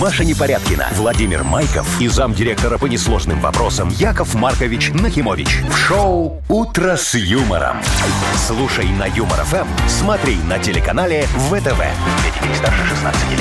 Маша Непорядкина, Владимир Майков и замдиректора по несложным вопросам Яков Маркович Нахимович. В шоу «Утро с юмором». Слушай на Юмор ФМ, смотри на телеканале ВТВ. Для детей старше 16 лет.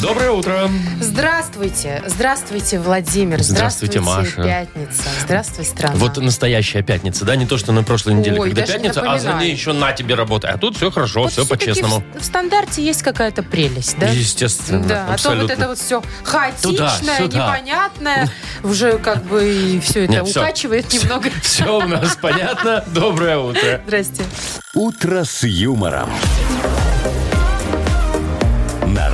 Доброе утро. Здравствуйте, здравствуйте, Владимир. Здравствуйте, Маша. Пятница. Здравствуй, страна. Вот ну, настоящая пятница, да? Не то, что на прошлой неделе, Ой, когда даже не пятница, а за напоминай. ней еще на тебе работай. А тут все хорошо, Вот все всё-таки по-честному. В, в стандарте есть какая-то прелесть, да? Естественно, Да, а абсолютно. то вот это вот все хаотичное, Туда, сюда. непонятное, уже как бы и все это Нет, всё. укачивает немного. Все у нас понятно. Доброе утро. Здрасте. «Утро с юмором». На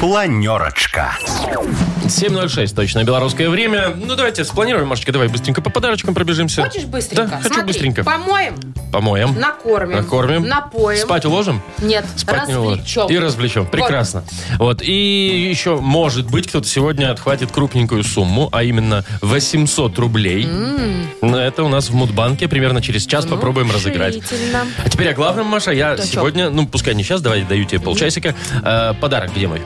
Планерочка. 7.06, точно, белорусское время. Ну, давайте спланируем, Машечка, давай быстренько по подарочкам пробежимся. Хочешь быстренько? Да, хочу Смотри, быстренько. Помоем, Помоем. накормим. Накормим. Напоим. Спать уложим? Нет, Спать не уложим. развлечем. И развлечем. Прекрасно. Вот. И еще, может быть, кто-то сегодня отхватит крупненькую сумму, а именно 800 рублей. Но Это у нас в Мудбанке. Примерно через час попробуем разыграть. Решительно. А теперь о главном, Маша. Я Ну, Да чё? сегодня, ну, пускай не сейчас, давай даю тебе полчасика. Э, подарок где мой?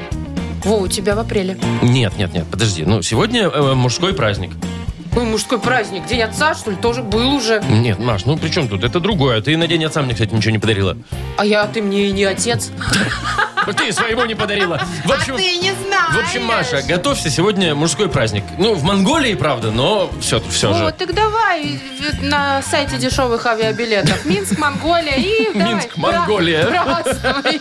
Во, у тебя в апреле. Нет, нет, нет, подожди. Ну, сегодня э, мужской праздник. Ой, мужской праздник. День отца, что ли, тоже был уже. Нет, Маш, ну при чем тут? Это другое. Ты на день отца мне, кстати, ничего не подарила. Ну, А я, ты мне и не отец. Ты своего не подарила. А В общем, не знаешь. в общем, Маша, готовься, сегодня мужской праздник. Ну, в Монголии, правда, но все, все Вот, же. так давай э, на сайте дешевых авиабилетов. Минск, Монголия и... давай, Минск, ура, Монголия. Здравствуй.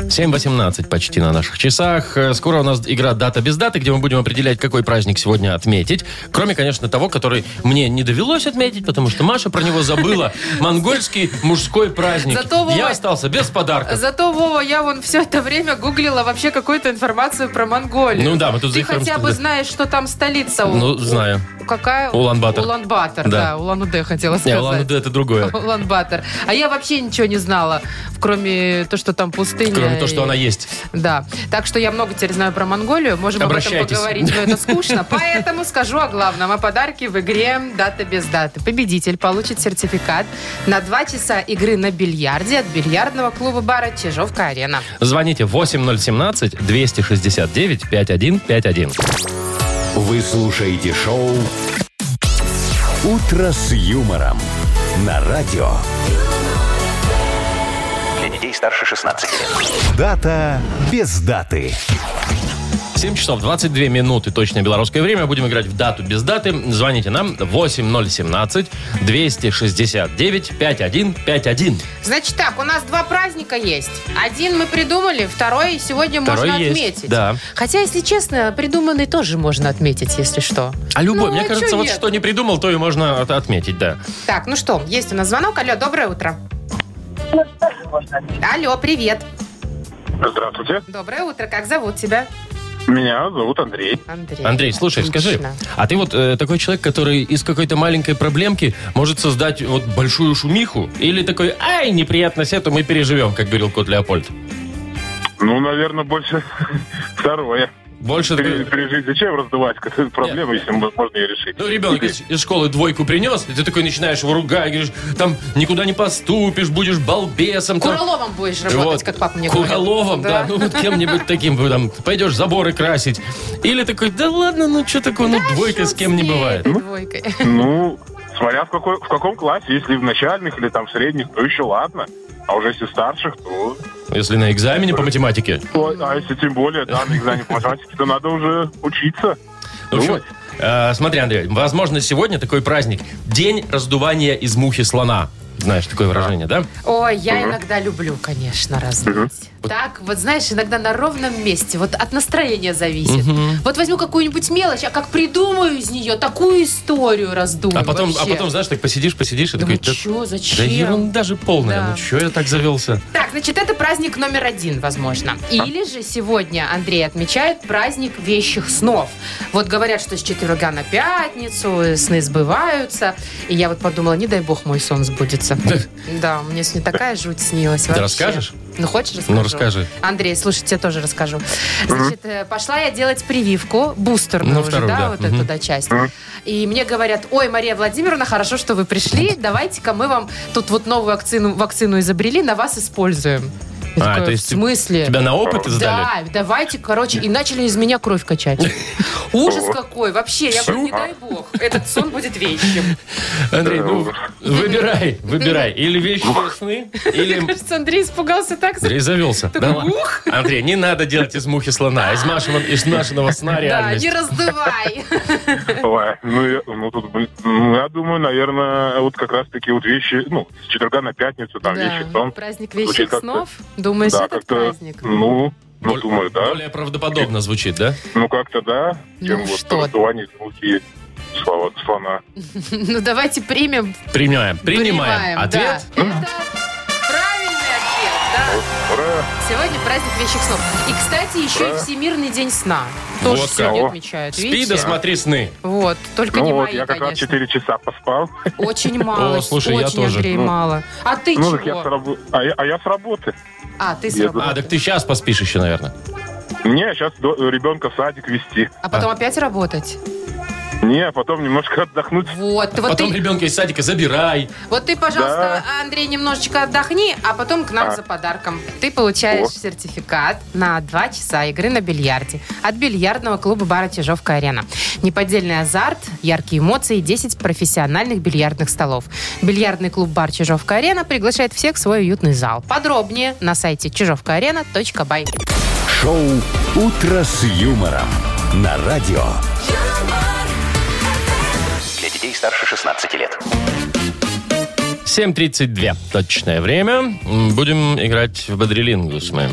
7.18 почти на наших часах. Э, Скоро у нас игра «Дата без даты», где мы будем определять, какой праздник сегодня отметить. Кроме, конечно, того, который мне не довелось отметить, потому что Маша про него забыла. Монгольский мужской праздник. Зато, Вова, Я остался без подарка. Зато, Вова, я вон все это время гуглила вообще какую-то информацию про Монголию. Ну да, мы тут Ты заехали в хотя бы Амстердам. знаешь, что там столица. у- Ну, знаю. Какая? Улан-Батор. Улан-Батор, Да. да. Улан-Удэ хотела Не, сказать. ладно, да, это другое. Улан-Батор. А я вообще ничего не знала, в- кроме то, что там пустыня. Кроме того, и- что она есть. Да. Так что я много теперь знаю про Монголию. Можем об этом Обращайтесь. поговорить, но это скучно. Поэтому скажу о главном. О подарке в игре «Дата без даты». Победитель получит сертификат на два часа игры на бильярде от бильярдного клуба-бара «Чижовка-арена». Звоните 8017-269-5151. Вы слушаете шоу «Утро с юмором» на радио. Для детей старше 16 лет. Дата без даты. 7 часов 22 минуты, точное белорусское время. Будем играть в дату без даты. Звоните нам 8017-269-5151. Значит так, у нас два праздника есть. Один мы придумали, второй сегодня Второй можно есть, отметить. да. Хотя, если честно, придуманный тоже можно отметить, если что. А любой, Ну, мне а кажется, чё вот нет? что не придумал, то и можно от- отметить, да. Так, ну что, есть у нас звонок. Алло, доброе утро. Алло, привет. Здравствуйте. Доброе утро, как зовут тебя? Меня зовут Андрей. Андрей. Андрей, слушай, скажи, Отлично. а ты вот э, такой человек, который из какой-то маленькой проблемки может создать вот большую шумиху? Или такой, ай, неприятность, это мы переживем, как говорил кот Леопольд? Ну, наверное, больше второе. Больше такой- Пере- Пережить. Зачем раздувать какую-то проблему, если мо- можно ее решить? Ну, ребенок Или- из, из школы двойку принес, и ты такой начинаешь его ругать, говоришь, там никуда не поступишь, будешь балбесом. там. Кураловым будешь работать, Вот. как папа мне говорит. Кураловым, да. ну вот кем-нибудь таким, вы там, пойдешь заборы красить. Или такой, да ладно, ну что такое, ну двойка с кем не Шут с ней бывает. этой двойкой. Ну, смотря в, какой, в каком классе. Если в начальных или там в средних, то еще ладно. А уже если в старших, то... Если на экзамене по математике. то- А если тем более, да, на экзамене по математике, то надо уже учиться. В общем, Думать. э, смотри, Андрей, возможно, сегодня такой праздник. День раздувания из мухи слона. Знаешь, такое выражение, да? Ой, я иногда люблю, конечно, раздуть. Так, вот знаешь, иногда на ровном месте, вот от настроения зависит. Вот возьму какую-нибудь мелочь, а как придумаю из нее такую историю раздумаю. А потом, а вообще. потом, знаешь, так посидишь, посидишь, и Думаю, такой, да, чё, зачем? да ерунда же полная, Да. ну что я так завелся? Так, значит, это праздник номер один, возможно. А. Или же сегодня Андрей отмечает праздник вещих снов. Вот говорят, что с четверга на пятницу сны сбываются. И я вот подумала, не дай бог мой сон сбудется. снится. Да, мне сегодня такая жуть снилась вообще. расскажешь? Ну, хочешь расскажу? Ну, расскажи. Андрей, слушай, тебе тоже расскажу. Значит, э, пошла я делать прививку, бустерную Ну, уже, вторую, да, да. вот Мгм. эту, да, часть. И мне говорят, ой, Мария Владимировна, хорошо, что вы пришли, давайте-ка мы вам тут вот новую вакцину, вакцину изобрели, на вас используем. Я А, такая, то есть в смысле? Тебя на опыт сдали? Да, давайте, короче, и начали из меня кровь качать. Ужас О. какой, вообще, я Всю? говорю, не дай бог, этот сон будет вещим. Андрей, Э, ну, выбирай, выбирай. Или вещи сны, или... Кажется, Андрей испугался так. Андрей завелся. Такой, Да ладно. Андрей, не надо делать из мухи слона. Из нашего, из нашего сна Да, реальность. не раздувай. Ой, Ну, я, ну, тут, блин, ну, я думаю, наверное, вот как раз-таки вот вещи, ну, с четверга на пятницу, там, Да, вещи, сон. Праздник Звучит вещих как-то- снов. Думаешь, да, этот как-то, праздник? ну, ну, Боль- думаю, да. Более правдоподобно звучит, да? Ну, как-то да. Ну, Чем вот что? раздувание из мухи слова- слона. Ну, давайте примем. Принимаем. Принимаем. принимаем, Ответ? да. Это правильный ответ, да. Ура! Сегодня праздник вещих снов. И, кстати, еще и Да. Всемирный день сна. Тоже Вот сегодня как. отмечают. Спи видите? да смотри сны. Вот, только не ну вот, мои, я как раз конечно. 4 часа поспал. Очень мало. О, слушай, я очень, тоже. Андрей, Ну. мало. А ты Ну, так я с чего? рабо- а, я, а я с работы. А, ты с еду. А, работы. так ты сейчас поспишь еще, наверное. Не, сейчас ребенка в садик вести. А потом опять работать? Не, потом немножко отдохнуть. Вот, ты- вот Потом ты, ребенка из садика забирай. вот ты, пожалуйста, Андрей, немножечко отдохни, а потом к нам А. за подарком. Ты получаешь О. сертификат на два часа игры на бильярде от бильярдного клуба бара «Чижовка-арена». Неподдельный азарт, яркие эмоции и 10 профессиональных бильярдных столов. Бильярдный клуб бар «Чижовка-арена» приглашает всех в свой уютный зал. Подробнее на сайте чижовкаарена.бай. Шоу «Утро с юмором» на радио. Для детей старше 16 лет. 7.32. Точное время. М, Будем играть в бодрилингу с моим.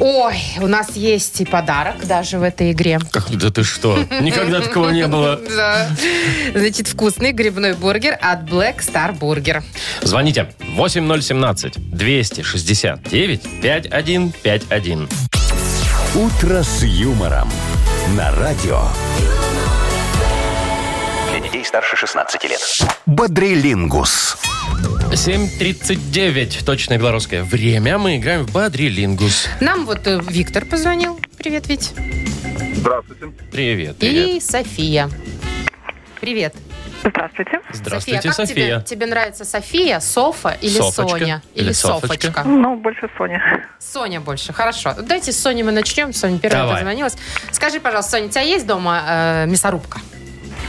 Ой, у нас есть и подарок даже в этой игре. Как, да ты что? Никогда такого не было. Да. Значит, вкусный грибной бургер от Black Star Burger. Звоните 8017-269-5151. «Утро с юмором» на радио. Для детей старше 16 лет. Бодрилингус. 7.39. Точное белорусское время. Мы играем в бодрилингус. Нам вот э, Виктор позвонил. Привет, Вить. Здравствуйте. Привет, привет. И София. Привет. а Здравствуйте. Здравствуйте, как тебе- София. Тебе, нравится София, Софа или Софочка. Соня? Или Софочка. Ну, больше Соня. Соня больше, хорошо. Дайте с Соней мы начнем. Соня первая Давай. позвонилась. Скажи, пожалуйста, Соня, у тебя есть дома э, мясорубка?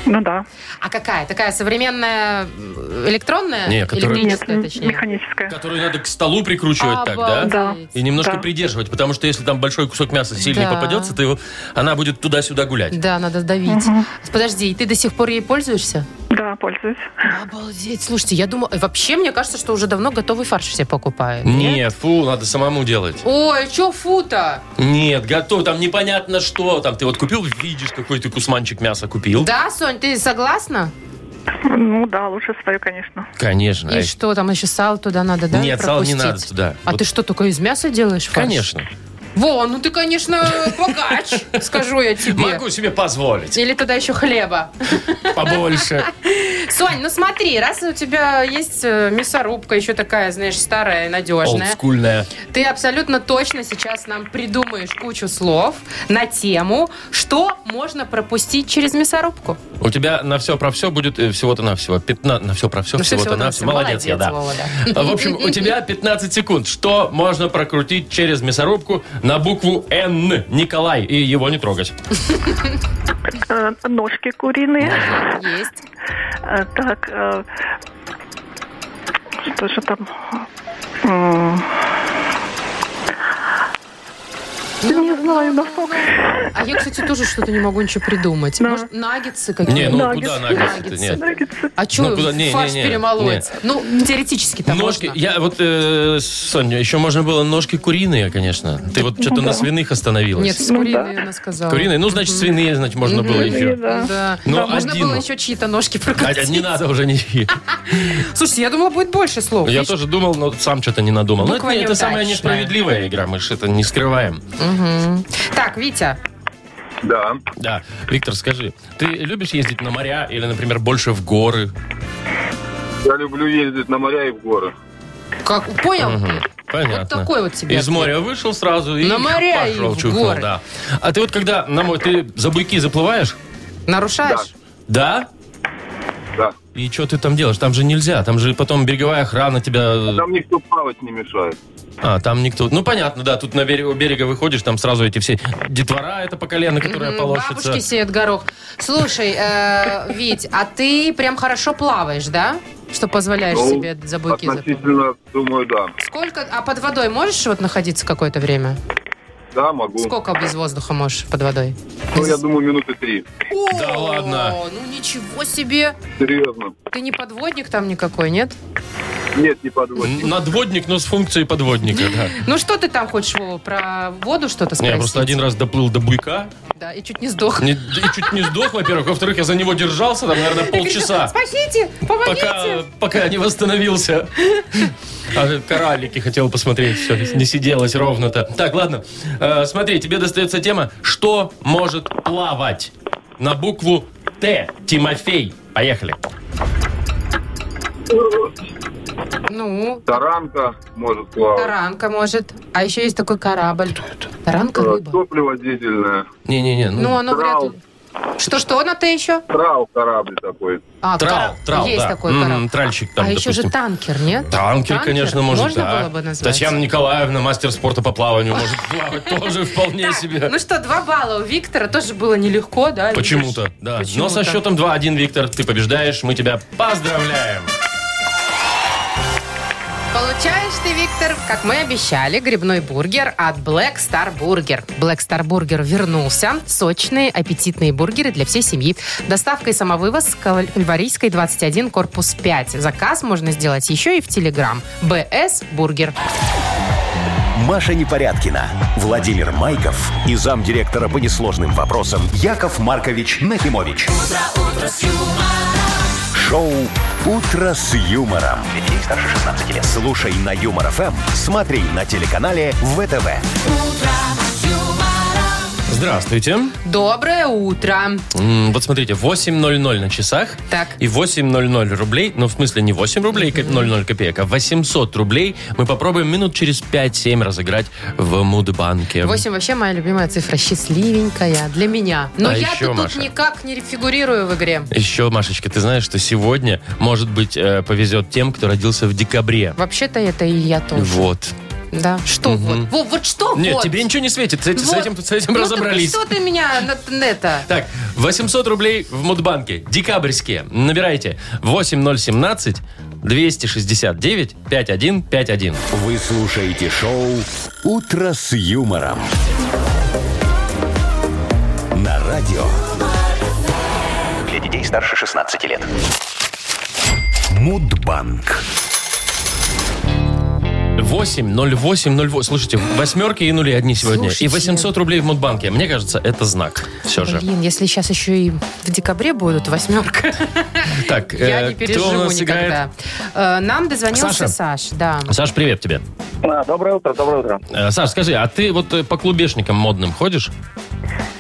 Ну да. А какая? Такая современная м, электронная? Не, которая- Нет, Электрическая, точнее. механическая. Которую надо к столу А, прикручивать так, да? Обалдеть. И немножко Да. придерживать, потому что если там большой кусок мяса сильный Да. попадется, то его- она будет туда-сюда гулять. Да, надо сдавить. Подожди, и ты до сих пор ей пользуешься? Да, пользуюсь. Обалдеть. Слушайте, я думаю... Вообще, мне кажется, что уже давно готовый фарш все покупают. Нет, фу, надо самому делать. Ой, чё фу-то? Нет, готов, там непонятно что. Там ты вот купил, видишь, какой ты кусманчик мяса купил. Да, Сонь, ты согласна? Ну да, лучше свою, конечно. Конечно. И что, там еще сал туда надо, да? Нет, сала не пропустить? надо туда. А Вот. ты что, только из мяса делаешь фарш? Конечно. Во, ну ты, конечно, богач, скажу я тебе. Могу себе позволить. Или туда еще хлеба. Побольше. Сонь, ну смотри, раз у тебя есть э, мясорубка еще такая, знаешь, старая и надежная, Олдскульная. Ты абсолютно точно сейчас нам придумаешь кучу слов на тему, что можно пропустить через мясорубку. У тебя на все про все будет э, всего-то на всего. На все про все, Ну, всё, всего-то на все. всего-навсего. Молодец, я, да. Вова, А, В общем, у тебя 15 секунд. Что можно прокрутить через мясорубку на букву Н? Николай, и его не трогать. Э, Ножки куриные. Есть. Э, Так, э, что же там? М, Не знаю, на что. А я, кстати, тоже что-то не могу ничего придумать. Да. Может, наггетсы Не, какие-то? ну Наггетсы. куда наггетсы-то? Наггетсы. Нет. Наггетсы. А что Ну, куда? Не, фарш не, не, перемолоть? Ну, теоретически там Ножки, можно. я вот, э, Соня, еще можно было ножки куриные, конечно. Ты вот что-то на свиных остановилась. Нет, с Ну, куриной она сказала. Куриные, ну, значит, свиные, значит, можно было Куриные, еще. да. Да. Но Да, можно ну, один. было еще чьи-то ножки А, прокрутить. Не надо уже ничьи. Слушайте, я думала, будет больше слов. Ну, Я Видишь? тоже думал, но сам что-то не надумал. Ну, это, Буква это самая неудачная. несправедливая игра, мы же это не скрываем. Мгм. Так, Витя, Да. Да. Виктор, скажи, ты любишь ездить на моря или, например, больше в горы? Я люблю ездить на моря и в горы. Как, понял? Понятно. Вот такой вот тебе Из ответ. моря вышел сразу и На моря и пошел, в чухнул, горы. да. А ты вот когда на море, ты за буйки заплываешь? Нарушаешь? Да? Да. И что ты там делаешь? Там же нельзя, там же потом береговая охрана тебя... Там никто плавать не мешает. А, там никто... Ну, понятно, да, тут на берег, у берега выходишь, там сразу эти все детвора, это по колено, которая М, полощется. Бабушки сеют горох. Слушай, э, Вить, а ты прям хорошо плаваешь, да? Что позволяешь Ну, себе за буйки заплывать? Относительно, думаю, да. Сколько, а под водой можешь вот находиться какое-то время? Да, могу. Сколько без воздуха можешь под водой? Ну, я думаю, минуты три. Да О, ладно. Ну ничего себе. Серьезно. Ты не подводник там никакой, нет? Нет, не подводник. Надводник, но с функцией подводника, да. Ну что ты там хочешь, Вова, про воду что-то Не, спросить? Я просто один раз доплыл до буйка, Да, и чуть не сдох. не- и чуть не сдох, во-первых, во-вторых, я за него держался, там, наверное, полчаса. Спасите, помогите. пока, пока не восстановился. А коралики хотел посмотреть, все, не сиделось ровно-то. Так, ладно. Э, смотри, тебе достается тема «Что может плавать?» на букву «Т». Тимофей. Поехали. Ну, Таранка может плавать. таранка может. А еще есть такой корабль. Таранка Э, рыба. Топливо дизельное. Не-не-не, ну, Ну, оно вряд трал. ли. Что-что на Т еще? Трал корабль такой. А, трал, кар- трал, Есть да. такой М, корабль. тральщик там, а еще же допустим. танкер, нет? Танкер, конечно, может, Можно да. было бы назвать. Татьяна Николаевна, мастер спорта по плаванию, может плавать тоже вполне себе. Ну что, два балла у Виктора тоже было нелегко, да? Почему-то, видишь? да. Но Почему-то. со счетом 2-1, Виктор, ты побеждаешь, мы тебя поздравляем. Получаешь ты, Виктор, как мы обещали, грибной бургер от Black Star Burger. Black Star Burger вернулся. Сочные, аппетитные бургеры для всей семьи. Доставка и самовывоз с Кал- Кальварийской 21, корпус 5. Заказ можно сделать еще и в Телеграм. БС Бургер. Маша Непорядкина, Владимир Майков и замдиректора по несложным вопросам Яков Маркович Нахимович. Шоу Утро с юмором. Для детей старше 16 лет. Слушай на юмор ФМ, смотри на телеканале ВТВ. Здравствуйте. Доброе утро. М, Вот смотрите, 8.00 на часах. Так. И 8.00 рублей, ну в смысле не 8 рублей, ко- 0,0 копеек, а 800 рублей мы попробуем минут через 5-7 разыграть в Мудбанке. 8 вообще моя любимая цифра. Счастливенькая для меня. Но А еще, я-то тут Маша. никак не фигурирую в игре. Еще, Машечка, ты знаешь, что сегодня, может быть, э, повезет тем, кто родился в декабре. Вообще-то это и я тоже. Вот. Да. Что Мгм. вот? Во, вот что Нет, вот? тебе ничего не светит, с, эти- с Вот. этим, с этим Ну так разобрались. Что ты меня на- на это? Так, 800 рублей в Мудбанке. Декабрьские. Набирайте 8017 269 5151. Вы слушаете шоу Утро с юмором. На радио Для детей старше 16 лет. Мудбанк. 8-08-08. Слушайте, восьмерки и нули одни сегодня. Слушайте. И 800 рублей в Мудбанке. Мне кажется, это знак. Все же. Блин, если сейчас еще и в декабре будут восьмерка, Так, э, я не кто у переживу нас играет? никогда. Э, Нам дозвонился Саша? Саш, да. Саш, привет тебе. А, доброе утро, доброе утро. Э, Саш, скажи, а ты вот э, по клубешникам модным ходишь?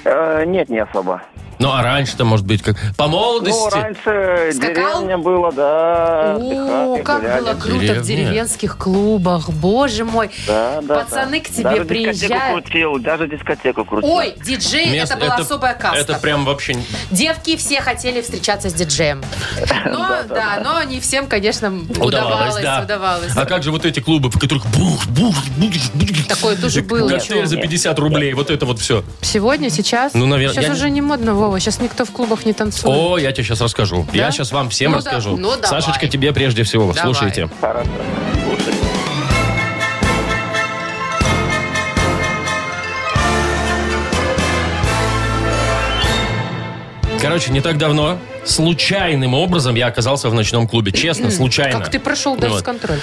Э, нет, не особо. Ну, а раньше-то, может быть, как по Ну, молодости? э, раньше Скакал? деревня была, да. О, отдыхали, как гуляли. было круто Деревня. в деревенских клубах, боже мой. Да, да, Пацаны да. к тебе даже приезжают. Дискотеку крутил, даже дискотеку крутил. Ой, диджей, Мест- это была особая каста. Это прям вообще... не- Девки все хотели встречаться с диджеем. Но, да, но не всем, конечно, удавалось, да. удавалось. А как же вот эти клубы, в которых бух, бух, бух, бух, Такое тоже и было. Коктейль за 50 рублей, вот это вот все. Сегодня, сейчас? Ну, наверно, Сейчас я- уже не модно, Вова. Сейчас никто в клубах не танцует. О, я тебе сейчас расскажу. Я Да? сейчас вам всем Ну да, расскажу. ну давай. Сашечка, тебе прежде всего. Давай. Слушайте. Хорошо. Слушай. Короче, не так давно случайным образом я оказался в ночном клубе. Честно, случайно. Как ты прошел Ну вот. контроль?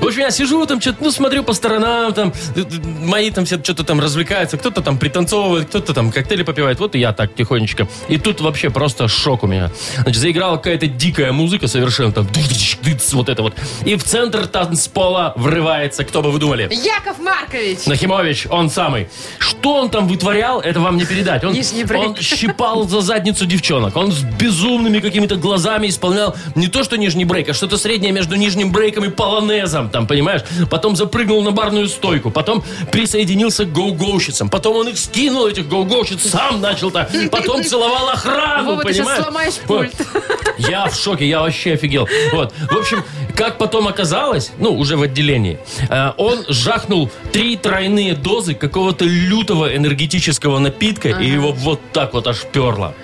В общем, я сижу там, что-то, ну, смотрю по сторонам, там, э, э, мои там все что-то там развлекаются, кто-то там пританцовывает, кто-то там коктейли попивает, вот и я так тихонечко. И тут вообще просто шок у меня. Значит, заиграла какая-то дикая музыка совершенно, там, дыц-дыц, вот это вот. И в центр танцпола врывается, кто бы вы думали. Яков Маркович! Нахимович, он самый. Что он там вытворял, это вам не передать. Он, Нижний брейк. он щипал за задницу поклонницу девчонок. Он с безумными какими-то глазами исполнял не то, что нижний брейк, а что-то среднее между нижним брейком и полонезом, там, понимаешь? Потом запрыгнул на барную стойку, потом присоединился к гоу-гоущицам, потом он их скинул, этих гоу-гоущиц, сам начал-то, потом целовал охрану, Вова, ты сейчас ну, понимаешь? сломаешь Вот. пульт. Я в шоке, я вообще офигел. Вот. В общем, как потом оказалось, ну, уже в отделении, э, он жахнул три тройные дозы какого-то лютого энергетического напитка, и его вот так вот аж перло.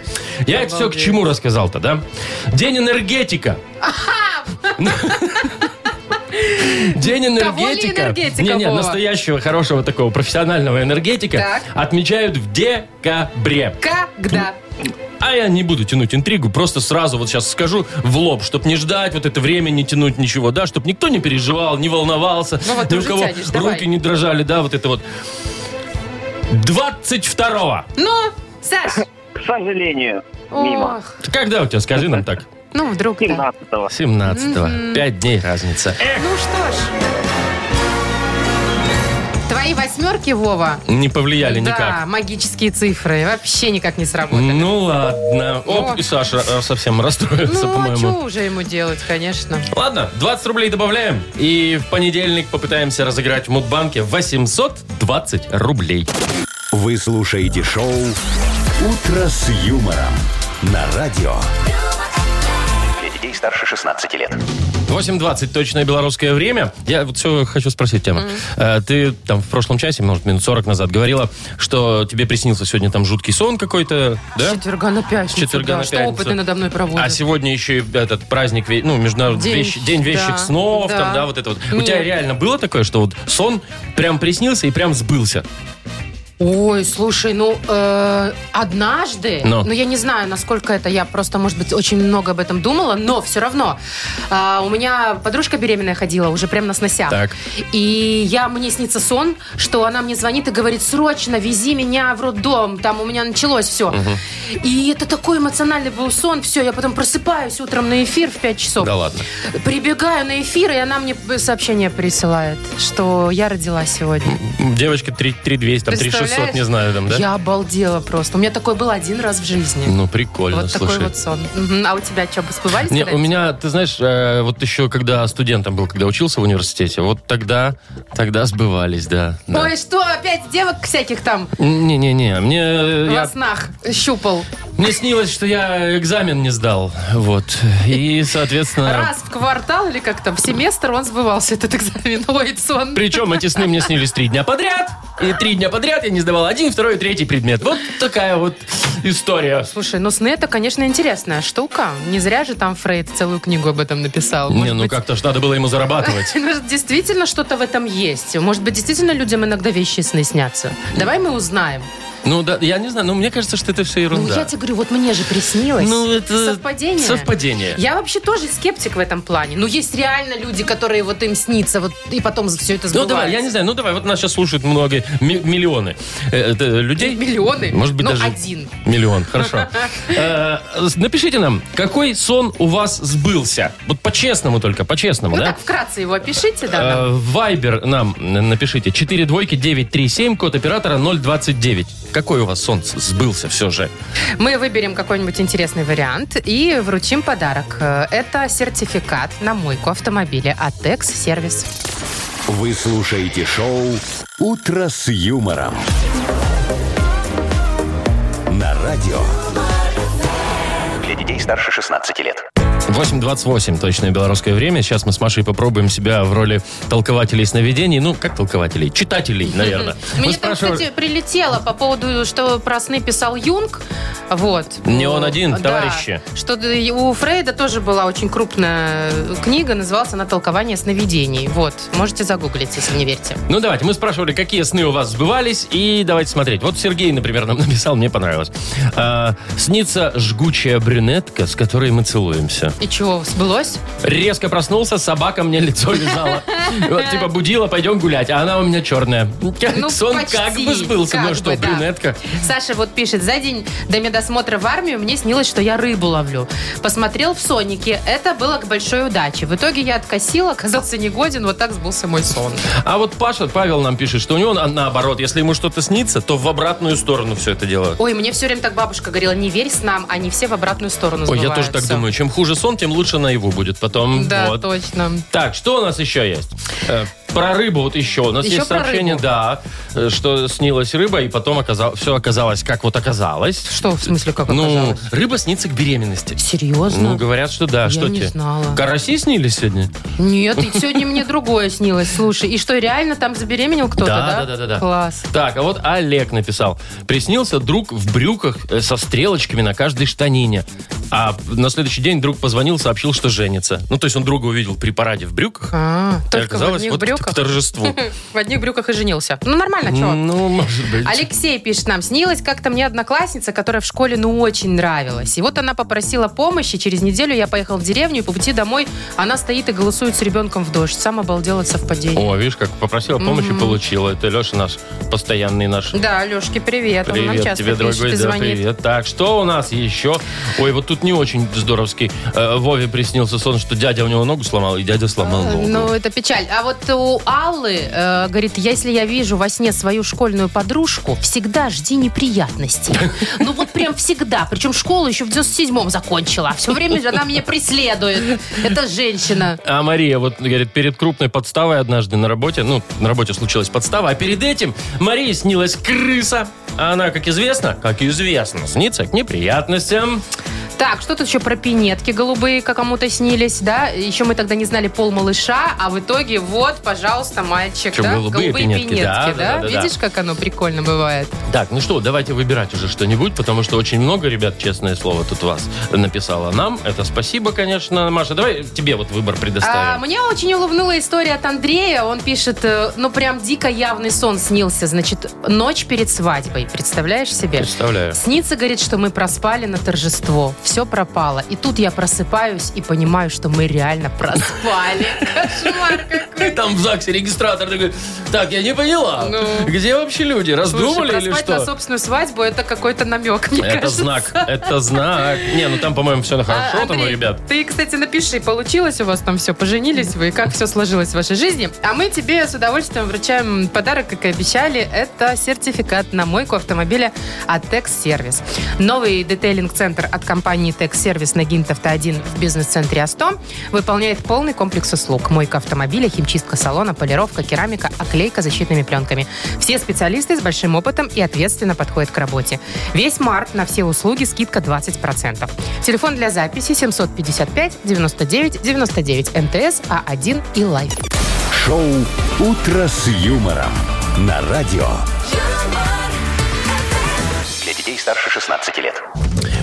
Я это все к Обалдеть. чему рассказал-то, да? День энергетика. День Кого ли энергетика. энергетика, Не, не, Вова? настоящего хорошего такого профессионального энергетика Так. отмечают в декабре. Когда? А я не буду тянуть интригу, просто сразу вот сейчас скажу в лоб, чтобы не ждать вот это время, не тянуть ничего, да, чтобы никто не переживал, не волновался, Ну вот ты ни у уже кого тянешь, руки давай. не дрожали, да, вот это вот. 22-го. Ну, Саш. К сожалению, мимо. Ох. Когда у тебя, скажи нам так? Ну, вдруг да. 17-го. 17-го. Пять дней разница. Э, Ну что ж. Твои восьмерки, Вова, Не повлияли да, никак. магические цифры вообще никак не сработали. Ну ладно. Оп, О. и Саша э, совсем расстроился, Ну, а по-моему. что уже ему делать, конечно. Ладно, 20 рублей добавляем. И в понедельник попытаемся разыграть в Мудбанке 820 рублей. Вы слушаете шоу «Утро с юмором» на радио. Для детей старше 16 лет. 8.20, точное белорусское время. Я вот все хочу спросить тему. Э, Ты там в прошлом часе, может, минут 40 назад говорила, что тебе приснился сегодня там жуткий сон какой-то, С да? четверга на пятницу. С четверга да, на Что пятницу. опыты надо мной проводят. А сегодня еще и этот праздник, ве- ну, международный День, вещи- день вещих да, снов, да. там, да, вот это вот. У Нет. тебя реально было такое, что вот сон прям приснился и прям сбылся? Ой, слушай, ну э, однажды, Ну. ну. я не знаю, насколько это, я просто, может быть, очень много об этом думала, но все равно э, у меня подружка беременная ходила уже прям на сносях. Так. И я мне снится сон, что она мне звонит и говорит: срочно вези меня в роддом, там у меня началось все. И это такой эмоциональный был сон, все, я потом просыпаюсь утром на эфир в 5 часов. Да ладно. Прибегаю на эфир, и она мне сообщение присылает, что я родила сегодня. М, Девочка 3200, там 3600, Представляешь? не знаю, там, да? Я обалдела просто. У меня такой был один раз в жизни. Ну, прикольно, вот слушай. такой вот сон. Мгм. А у тебя что, бы сбывались? Не, у когда-нибудь? меня, ты знаешь, э, вот еще когда студентом был, когда учился в университете, вот тогда, тогда сбывались, да. да. Ой, что, опять девок всяких там Не-не-не, мне, э, во я, снах щупал. мне снилось, что я экзамен не сдал, вот, и, соответственно... Раз в квартал или как там, в семестр он сбывался, этот экзамен. Ой, сон. Причем эти сны мне снились три дня подряд, и три дня подряд я не сдавал один, второй, и третий предмет. Вот такая вот история. Слушай, ну сны это, конечно, интересная штука. Не зря же там Фрейд целую книгу об этом написал. Не, Может ну быть, как-то ж надо было ему зарабатывать. Может, Действительно что-то в этом есть. Может быть, действительно людям иногда вещи и сны снятся. Давай мы узнаем. Ну да, я не знаю, но мне кажется, что это все Ну, ерунда. я тебе говорю, вот мне же приснилось. Ну, это совпадение. совпадение. Я вообще тоже скептик в этом плане. Ну, есть реально люди, которые вот им снится, вот и потом все это Ну сбывается. давай, я не знаю, ну давай, вот нас сейчас слушают много, ми- миллионы э, это людей. Миллионы. Может быть, Ну, даже... один. Миллион, хорошо. Э, с- Напишите нам, какой сон у вас сбылся? Вот по-честному только, по-честному, Ну да? так вкратце его опишите, да? нам. Э, в Вайбер нам э, напишите. 4 двойки 937, код оператора 029. Какой у вас сон с- сбылся все же? Мы выберем какой-нибудь интересный вариант и вручим подарок. Э, Это сертификат на мойку автомобиля от Экс-сервис. Вы слушаете шоу «Утро с юмором» на радио. Для детей старше 16 лет. 8.28, точное белорусское время. Сейчас мы с Машей попробуем себя в роли толкователей сновидений. Ну, как толкователей? Читателей, наверное. Мне там, кстати, прилетело по поводу, что про сны писал Юнг. Вот. Не он один, Да. товарищи. Что да, и у Фрейда тоже была очень крупная книга, называлась она «Толкование сновидений». Вот, можете загуглить, если не верите. Ну, давайте, мы спрашивали, какие сны у вас сбывались, и давайте смотреть. Вот Сергей, например, нам написал, мне понравилось. А, снится жгучая брюнетка, с которой мы целуемся. И чего, сбылось? Резко проснулся, собака мне лицо лизала. Вот, типа, будила, пойдем гулять. А она у меня черная. Сон как бы сбылся. Ну, как Ну что, бы, да. брюнетка. Саша вот пишет, за день до медосмотра в армию мне снилось, что я рыбу ловлю. Посмотрел в Сонике, это было к большой удаче. В итоге я откосила, оказался негоден, вот так сбылся мой сон. А вот Паша, Павел нам пишет, что у него на- наоборот, если ему что-то снится, то в обратную сторону все это дело. Ой, мне все время так бабушка говорила, не верь с нам, они все в обратную сторону Ой, я тоже сбываются». так думаю. Чем хуже сон, тем лучше наяву будет потом. Да, Вот. точно. Так, что у нас еще есть? Э, Про рыбу вот еще. У нас Еще есть про сообщение, рыбу? да, э, что снилась рыба, и потом оказал, все оказалось, как вот оказалось. Что, в смысле, как Ну, оказалось? рыба снится к беременности. Серьезно? Ну, говорят, что да. Я что не тебе? знала. Караси снились сегодня? Нет, и сегодня мне другое снилось. Слушай, и что, реально там забеременел кто-то, Да, да? да, да, да, да. Класс. Так, а вот Олег написал. Приснился друг в брюках э, со стрелочками на каждой штанине. А на следующий день друг позвонил, сообщил, что женится. Ну, то есть он друга увидел при параде в брюках. А, и только в оказалось, одних вот к брюках. торжеству. В одних брюках и женился. Ну, нормально, чего? Ну, может быть. Алексей пишет нам, снилась как-то мне одноклассница, которая в школе ну очень нравилась. И вот она попросила помощи, через неделю я поехал в деревню, и по пути домой она стоит и голосует с ребенком в дождь. Сам обалдел от совпадения. О, видишь, как попросила помощи, получила. Это Леша наш, постоянный наш. Да, Лешки, привет. Он нам Привет часто тебе, пишет дорогой, и да, звонит. привет. Так, что у нас еще? Ой, вот тут не очень здоровский. Э, Вове приснился сон, что дядя у него ногу сломал, и дядя сломал ногу. Ну, это печаль. А вот у Аллы, э, говорит, если я вижу во сне свою школьную подружку, всегда жди неприятностей. Ну, вот прям всегда. Причем школу еще в 97-м закончила. Все время она меня преследует. Это женщина. А Мария вот говорит, перед крупной подставой однажды на работе, ну, на работе случилась подстава, а перед этим Марии снилась крыса. А она, как известно, как известно, снится к неприятностям. Так, что тут еще про пинетки голубые как кому-то снились, да? Еще мы тогда не знали пол малыша, а в итоге вот, пожалуйста, мальчик, Что, да? голубые пинетки, да, да, да, да, да. Видишь, как оно прикольно бывает? Так, ну что, давайте выбирать уже что-нибудь, потому что очень много ребят, честное слово, тут вас написало нам. Это спасибо, конечно, Маша. Давай тебе вот выбор А, предоставим. мне очень улыбнула история от Андрея. Он пишет, э, ну прям дико явный сон снился. Значит, ночь перед свадьбой. Представляешь себе? Представляю. Снится, говорит, что мы проспали на торжество. Все пропало. И тут я просыпаюсь и понимаю, что мы реально проспали. Кошмар какой. Там в ЗАГСе регистратор такой, так, я не поняла, Ну. где вообще люди, раздумали Слушай, или проспать что? на собственную свадьбу это какой-то намек, мне Это кажется. знак, это знак. Не, ну там, по-моему, все А, хорошо, там у Андрей, ребят. Ты, кстати, напиши, получилось у вас там все, поженились вы, и как все сложилось в вашей жизни. А мы тебе с удовольствием вручаем подарок, как и обещали. Это сертификат на мойку автомобиля от Текс Сервис. Новый детейлинг-центр от компании Текс Сервис на Гинтовта 1 в бизнес-центре Асто выполняет полный комплекс услуг. Мойка автомобиля, химчистка салона, полировка, керамика, оклейка защитными пленками. Все специалисты с большим опытом и ответственно подходят к работе. Весь март на все услуги скидка 20%. Телефон для записи 755 99 99 МТС А1 а и Лайф. Шоу «Утро с юмором» на радио. Для детей старше 16 лет.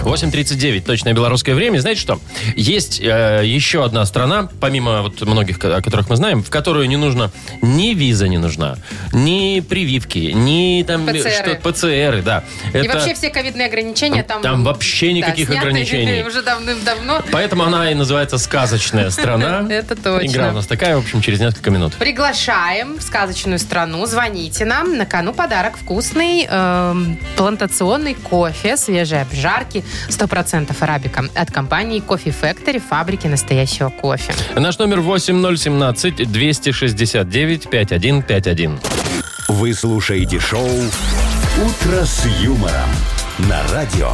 8.39, точное белорусское время. Знаете что? Есть э, еще одна страна, помимо вот многих, ко- о которых мы знаем, в которую не нужно ни виза не нужна, ни прививки, ни там ПЦРы. что ПЦРы, да. И вообще все ковидные ограничения там... Там вообще никаких сняты ограничений. Уже давным-давно. Поэтому она и называется «Сказочная страна». Это точно. Игра у нас такая, в общем, через несколько минут. Приглашаем в сказочную страну. Звоните нам. На кону подарок вкусный эм, плантационный кофе, свежие обжарки, 100% арабика от компании Coffee Factory, фабрики настоящего кофе. Наш номер 8017-269-5151. Вы слушаете шоу «Утро с юмором» на радио.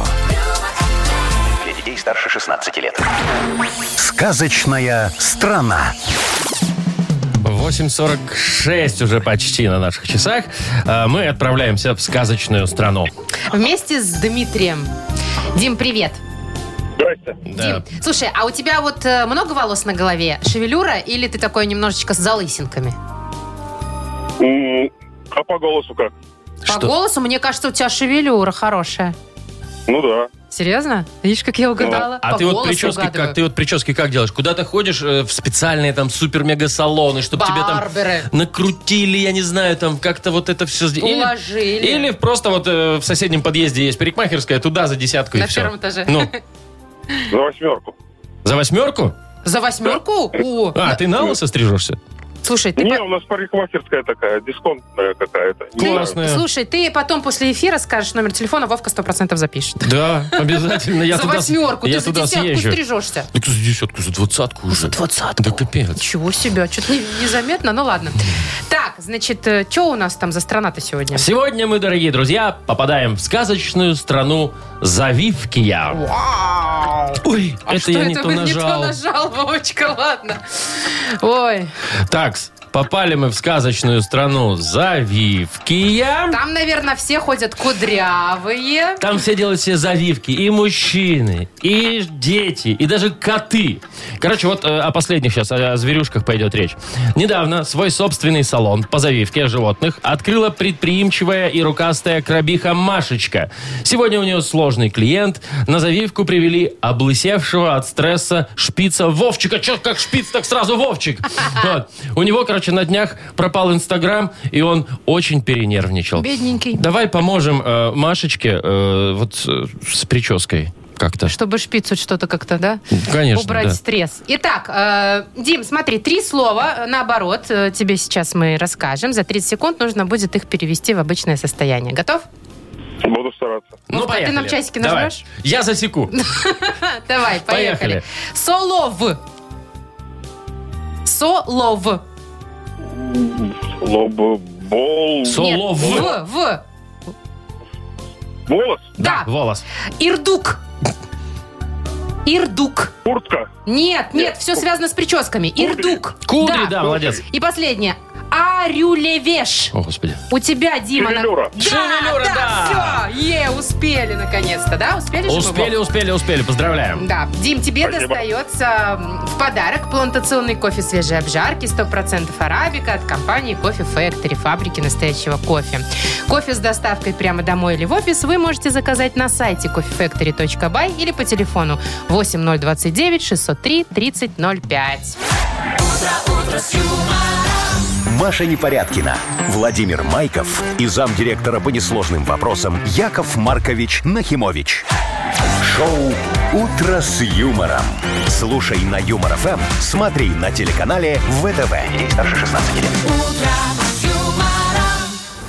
Для детей старше 16 лет. «Сказочная страна». 8.46 уже почти на наших часах. А Мы отправляемся в сказочную страну. Вместе с Дмитрием. Дим, привет. Здрасте. Да. Дим, слушай, а у тебя вот э, много волос на голове? Шевелюра или ты такой немножечко с залысинками? М, А по голосу как? По голосу, мне кажется, у тебя шевелюра хорошая. Ну да. Серьезно? Видишь, как я угадала? А По ты вот голосу прически угадываю. как? Ты вот прически как делаешь? Куда ты ходишь э, в специальные там супер-мега-салоны, чтобы тебе там Барберы. накрутили, я не знаю, там как-то вот это все... Уложили. Или просто вот э, в соседнем подъезде есть парикмахерская, туда за десятку и Ну. На все. первом этаже. Ну, За восьмерку. За восьмерку? За восьмерку? О, А, ты на лысо стрижешься? слушай, ты... Не, по- у нас парикмахерская такая, дисконтная какая-то. Не ты- знаю. классная. Слушай, ты потом после эфира скажешь номер телефона, Вовка 100% запишет. Да, обязательно. Я за туда, восьмерку, я ты за туда десятку съезжу. стрижешься. Так за десятку, за двадцатку уже. двадцатку. Да капец. Чего себе, что-то незаметно, ну ладно. Так, значит, что у нас там за страна-то сегодня? Сегодня мы, дорогие друзья, попадаем в сказочную страну Завивкия. Вау! Ой, А это что я это не то вы не то нажал. нажал, Вовочка, ладно. Ой, Так, попали мы в сказочную страну Завивкия. там, наверное, все ходят кудрявые. Там все делают себе завивки. И мужчины, и дети, и даже коты. Короче, вот э, о последних сейчас, о, о зверюшках пойдет речь. Недавно свой собственный салон по завивке животных открыла предприимчивая и рукастая крабиха Машечка. Сегодня у нее сложный клиент. На завивку привели облысевшего от стресса шпица Вовчика. Че, как шпиц, так сразу Вовчик. Вот. У него, короче, на днях пропал Инстаграм, и он очень перенервничал. Бедненький. Давай поможем э, Машечке э, вот э, с прической как-то. Чтобы шпицу что-то как-то, да? Конечно, Убрать да. стресс. Итак, э, Дим, смотри, три слова, э, наоборот, э, тебе сейчас мы расскажем. За 30 секунд нужно будет их перевести в обычное состояние. Готов? Буду стараться. Вовка, Ну, ты нам часики Давай. нажмешь? Я засеку. А, Давай, поехали. Поехали. Солов. Солов. Лоббол. Нет, Солов. В, в. Волос. Да. Волос. Ирдук. Ирдук. Куртка. Нет, нет, все связано с прическами. Ирдук. Кудри, да, молодец. И последнее. Арюлевеш. О, Господи. У тебя, Дима... на- Шевелюра. Да, Шевелюра, да. да, все. Е, успели наконец-то, да? Успели же мы, Успели, успели, успели. Поздравляем. Да. Дим, тебе Спасибо. достается м, в подарок плантационный кофе свежей обжарки 100% арабика от компании Кофе Factory, фабрики настоящего кофе. Кофе с доставкой прямо домой или в офис вы можете заказать на сайте coffeefactory.by или по телефону 8029 603 3005. Маша Непорядкина, Владимир Майков и замдиректора по несложным вопросам Яков Маркович Нахимович. Шоу «Утро с юмором». Слушай на Юмор ФМ, смотри на телеканале ВТВ. Здесь старше 16 лет.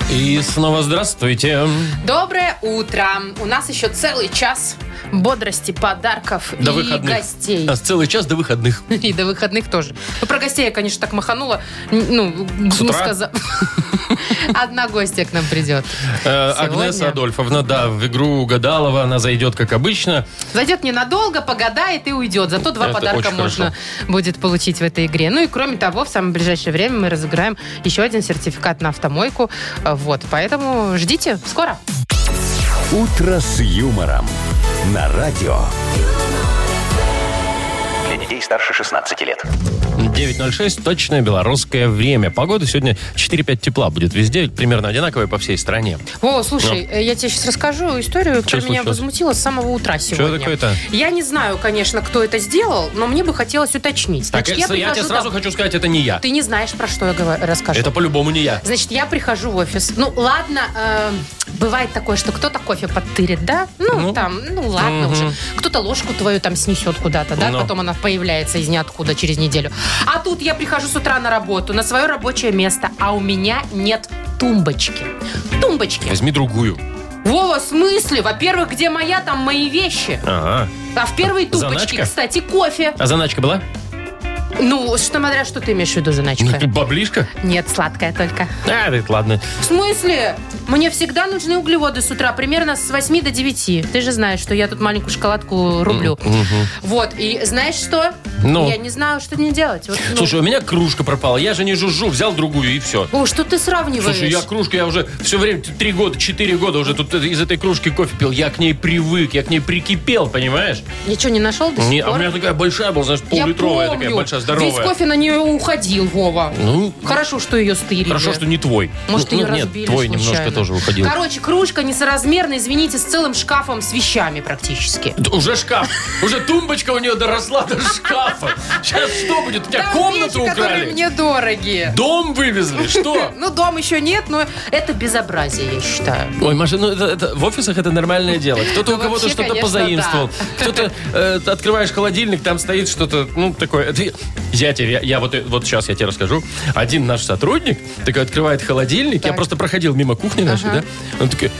И снова здравствуйте. Доброе утро! У нас еще целый час бодрости, подарков До и выходных. гостей. А, целый час до выходных. И до выходных тоже. Ну, про гостей я, конечно, так маханула. Н- Ну, С утра? сказа- Одна гостья к нам придет. Э, Сегодня. Агнеса Адольфовна, да, в игру Угадалова она зайдет, как обычно. Зайдет ненадолго, погадает и уйдет. Зато два Это подарка очень можно будет получить в этой игре. Ну и кроме того, в самое ближайшее время мы разыграем еще один сертификат на автомойку. Э, Вот, поэтому ждите, скоро. «Утро с юмором» на радио. Для детей старше 16 лет. 9.06, точное белорусское время. Погода сегодня 4-5 тепла будет везде, примерно одинаковая по всей стране. О, слушай, э, я тебе сейчас расскажу историю, Чё которая меня случилось? возмутила с самого утра сегодня. такое-то? Я не знаю, конечно, кто это сделал, но мне бы хотелось уточнить. Так, Значит, это- я, тебе прихожу сразу домой. хочу сказать, это не я. Ты не знаешь, про что я говорю, расскажу. Это по-любому не я. Значит, я прихожу в офис. Ну, ладно, э, бывает такое, что кто-то кофе подтырит, да? Ну, Ну. там, ну, ладно Мгм. уже. Кто-то ложку твою там снесет куда-то, да? Ну. Потом она появляется из ниоткуда через неделю. А тут я прихожу с утра на работу, на свое рабочее место, а у меня нет тумбочки. Тумбочки. Возьми другую. Вова, в смысле? Во-первых, где моя, там мои вещи. Ага. А в первой тумбочке, Заначка? кстати, кофе. А заначка была? Ну, что смотря, что ты имеешь в виду Ну, заначка? баблишка? Нет, сладкая только. А, да, ладно. В смысле? Мне всегда нужны углеводы с утра, примерно с 8 до 9. Ты же знаешь, что я тут маленькую шоколадку рублю. Вот, и знаешь что? Ну. Я не знаю, что мне делать. Вот, ну. Слушай, у меня кружка пропала. Я же не жужжу, взял другую и все. О, что ты сравниваешь? Слушай, я кружку, я уже все время, три года, четыре года уже тут из этой кружки кофе пил. Я к ней привык, я к ней прикипел, понимаешь? Ничего не нашел до сих Не, а у пор? меня такая большая была, знаешь, поллитровая помню. такая большая с здоровая. Весь кофе на нее уходил, Вова. Ну, Хорошо, что ее стырили. хорошо, что не твой. Может, ну, ее ну, нет, разбили твой случайно. немножко тоже выходил. Короче, кружка несоразмерна, извините, с целым шкафом с вещами практически. Да Уже шкаф. Уже тумбочка у нее доросла до шкафа. Сейчас что будет? У тебя Там комнату вещи, которые украли? мне дороги. Дом вывезли? Что? Ну, дом еще нет, но это безобразие, я считаю. Ой, Маша, ну это, это- в офисах это нормальное дело. Кто-то у Ну, кого-то вообще, что-то конечно, позаимствовал. Кто-то э, ты открываешь холодильник, там стоит что-то, ну, такое. Это я- я тебе, я, я вот, э- вот сейчас я тебе расскажу. Один наш сотрудник такой открывает холодильник. Я Так. просто проходил мимо кухни нашей, да? Он такой.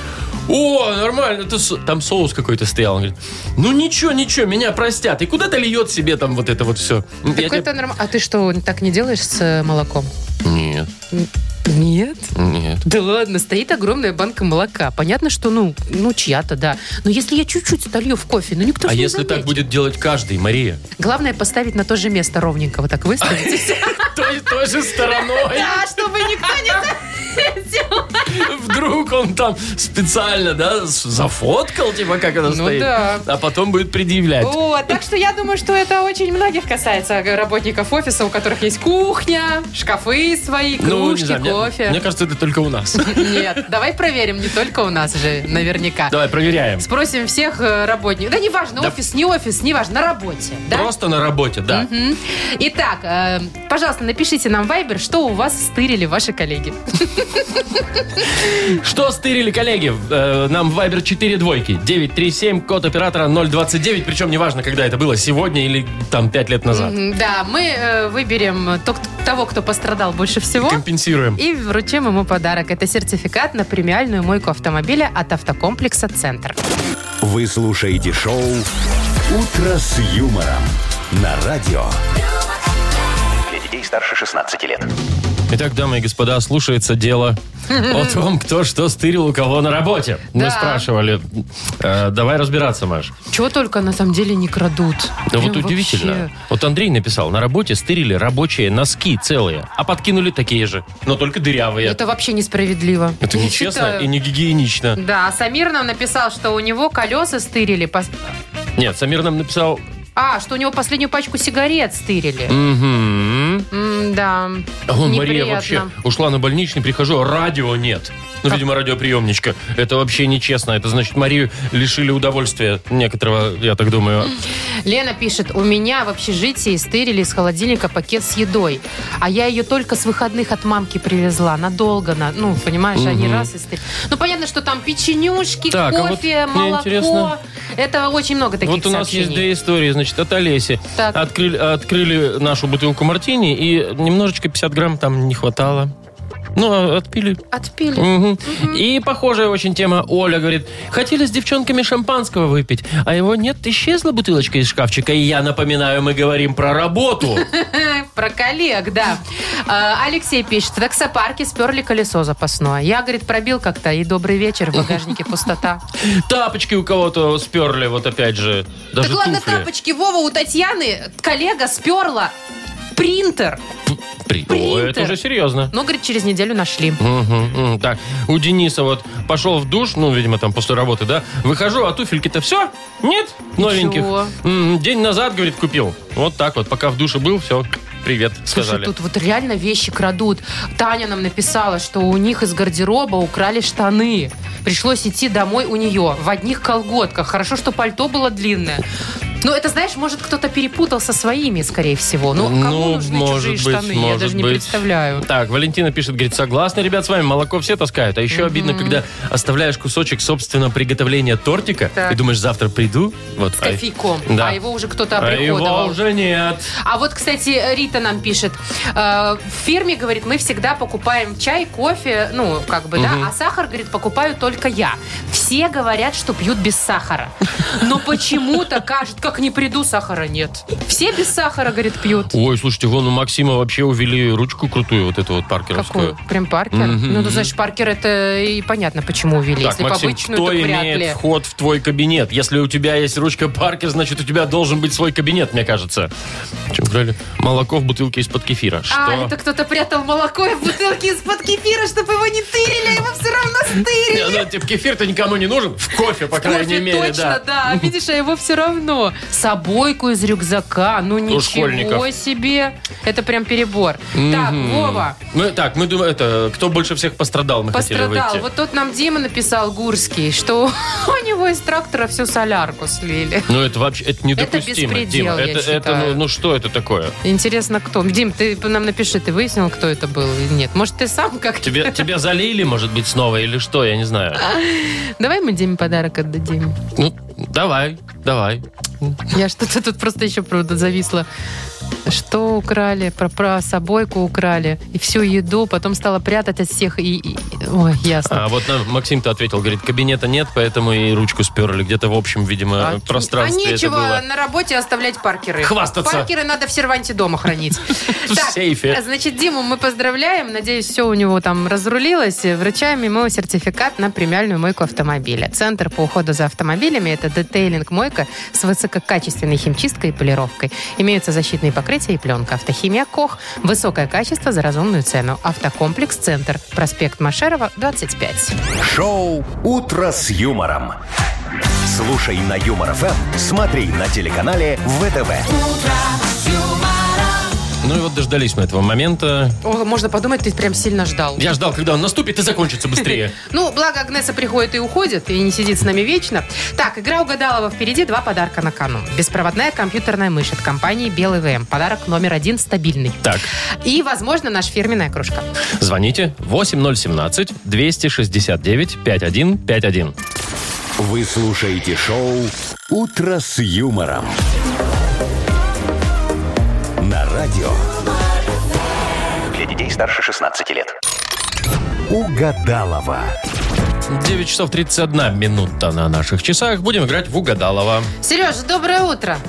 О, нормально, это со- там соус какой-то стоял. Он говорит, ну ничего, ничего, меня простят. И куда-то льет себе там вот это вот все. Какой-то норм- А ты что, так не делаешь с э, молоком? Нет, Нет. нет. Да ладно, стоит огромная банка молока. Понятно, что, ну, ну чья-то, да. Но если я чуть-чуть долью в кофе, ну никто А ж не если так заметит. будет делать каждый, Мария? Главное поставить на то же место ровненько. Вот так выставить. Той, той же стороной. Да, чтобы никто не заметил. Вдруг он там специально, да, с- зафоткал, типа, как она Ну стоит. да. А потом будет предъявлять. Вот, так что я думаю, что это очень многих касается работников офиса, у которых есть кухня, шкафы свои, Ну, не кружки, знаю, мне- Мне, кофе. кажется, это только у нас. Нет, давай проверим, не только у нас же, наверняка. Давай проверяем. Спросим всех э, работников. Да неважно, Да. офис, не офис, неважно, на работе. Да? Просто на работе, да. Мгм. Итак, э, пожалуйста, напишите нам в Viber, что у вас стырили ваши коллеги. Что стырили коллеги? Э, Нам Viber 4 двойки. 937, код оператора 029. Причем неважно, когда это было, сегодня или там 5 лет назад. Мгм, Да, мы э, выберем то- того, кто пострадал больше всего. Компенсируем. И вручим ему подарок. Это сертификат на премиальную мойку автомобиля от автокомплекса «Центр». Вы слушаете шоу «Утро с юмором» на радио. Для детей старше 16 лет. Итак, дамы и господа, слушается дело о том, кто что стырил у кого на работе. Мы Да. спрашивали. Э, Давай разбираться, Маш. Чего только на самом деле не крадут. Да Прям вот удивительно. вообще. Вот Андрей написал, на работе стырили рабочие носки целые, а подкинули такие же, но только дырявые. Это вообще несправедливо. Это Не нечестно считаю. и не гигиенично. Да, а Самир нам написал, что у него колеса стырили. пос- Нет, Самир нам написал, А, что у него последнюю пачку сигарет стырили. «Мгм». М, да. А вон Мария Неприятно. вообще ушла на больничный, прихожу, а радио нет. Ну, видимо, радиоприемничка. Это вообще нечестно. Это значит, Марию лишили удовольствия некоторого, я так думаю. Лена пишет, у меня в общежитии стырили из холодильника пакет с едой, а я ее только с выходных от мамки привезла, надолго, на, ну, понимаешь, они раз и стырили. Ну, понятно, что там печенюшки, Так, а вот кофе, мне молоко, интересно. это очень много таких вот у нас есть сообщений. две истории, значит, от Олеси. Так. Открыли, открыли нашу бутылку мартини, и немножечко 50 грамм там не хватало. Ну, а отпили. Отпили. Мгм. И похожая очень тема. Оля говорит, хотели с девчонками шампанского выпить, а его нет, исчезла бутылочка из шкафчика. И я напоминаю, мы говорим про работу. Про коллег, да. А, Алексей пишет, в таксопарке сперли колесо запасное. Я, говорит, пробил как-то, и добрый вечер, в багажнике пустота. Тапочки у кого-то сперли, вот опять же. Даже так ладно, туфли. тапочки, Вова, у Татьяны коллега сперла принтер. При- О, это Принтер. уже серьезно. Но, говорит, через неделю нашли. Мгм, мгм. Так, у Дениса вот пошел в душ, ну, видимо, там после работы, да, выхожу, а туфельки-то все? Нет? Новеньких. Ничего. М, День назад, говорит, купил. Вот так вот, пока в душе был, все, привет, Слушай, сказали. тут вот реально вещи крадут. Таня нам написала, что у них из гардероба украли штаны. Пришлось идти домой у нее в одних колготках. Хорошо, что пальто было длинное. Ну, это, знаешь, может, кто-то перепутал со своими, скорее всего. Ну, кому Ну, нужны может чужие быть, штаны? Я может даже не быть. представляю. Так, Валентина пишет, говорит, согласна, ребят, с вами, молоко все таскают. А еще обидно, когда оставляешь кусочек собственного приготовления тортика Так. и думаешь, завтра приду, вот, С а- кофейком. Да. А его уже кто-то а его оприходовал. уже нет. А вот, кстати, Рита нам пишет. э, в фирме, говорит, мы всегда покупаем чай, кофе, ну, как бы, да, а сахар, говорит, покупаю только я. Все говорят, что пьют без сахара. Но почему-то кажут, как не приду, сахара нет. Все без сахара, говорит, пьют. Ой, слушайте, вон у Максима вообще увели ручку крутую, вот эту вот паркеровскую. Какую? Прям Паркер? Мгм. Ну, ну, значит, Паркер это и понятно, почему увели. Так, Если Максим, по обычную, кто то вряд имеет ли. вход в твой кабинет? Если у тебя есть ручка Паркер, значит, у тебя должен быть свой кабинет, мне кажется. Чем жаль, молоко в бутылке из-под кефира. Что? А, это кто-то прятал молоко в бутылке из-под кефира, чтобы его не тырили, а его все равно стырили. Не, ну, типа, кефир-то никому не нужен. В кофе, по крайней Кофе мере, точно, да. да. Видишь, а его все равно. собойку из рюкзака. Ну ничего школьников. себе. Это прям перебор. Так, Мгм. Вова, Ну, так, мы думаем, это, кто больше всех пострадал, мы хотели пострадал. выйти. Вот тут нам Дима написал, Гурский, что у него из трактора всю солярку слили. Ну, это вообще, это недопустимо, беспредел, Дима. я это, это, считаю. ну, ну, что это такое? Интересно, кто? Дим, ты нам напиши, ты выяснил, кто это был или нет? Может, ты сам как Тебе, тебя залили, может быть, снова или что, я не знаю. А. Давай мы Диме подарок отдадим. Ну, давай, давай. Я что-то тут просто еще правда зависла. Что украли? Про, про собойку украли. И всю еду. Потом стала прятать от всех. И, и- Ой, ясно. А вот нам Максим-то ответил, говорит, кабинета нет, поэтому и ручку сперли. Где-то в общем, видимо, А, пространстве а это нечего было. на работе оставлять паркеры. Хвастаться. Паркеры надо в серванте дома хранить. В Так, сейфе. Значит, Диму мы поздравляем. Надеюсь, все у него там разрулилось. Вручаем ему сертификат на премиальную мойку автомобиля. Центр по уходу за автомобилями – это детейлинг-мойка с высококачественной химчисткой и полировкой. Имеются защитные покрытия и пленка. Автохимия КОХ. Высокое качество за разумную цену. Автокомплекс «Центр». Проспект Машерова, 25. Шоу «Утро с юмором». Слушай на Юмор ФМ, смотри на телеканале ВТВ. Ну и вот дождались мы этого момента. О, можно подумать, ты прям сильно ждал. Я ждал, когда он наступит и закончится быстрее. Ну, благо Агнеса приходит и уходит, и не сидит с нами вечно. Так, игра угадалова впереди, два подарка на кону. Беспроводная компьютерная мышь от компании Белый ВМ. Подарок номер один стабильный. Так, И, возможно, наша фирменная кружка. звоните 8017-269-5151. Вы слушаете шоу «Утро с юмором». На радио Для детей старше 16 лет. «Угадалова». 9 часов 31 минута на наших часах. Будем играть в Угадалова. Сереж, доброе утро.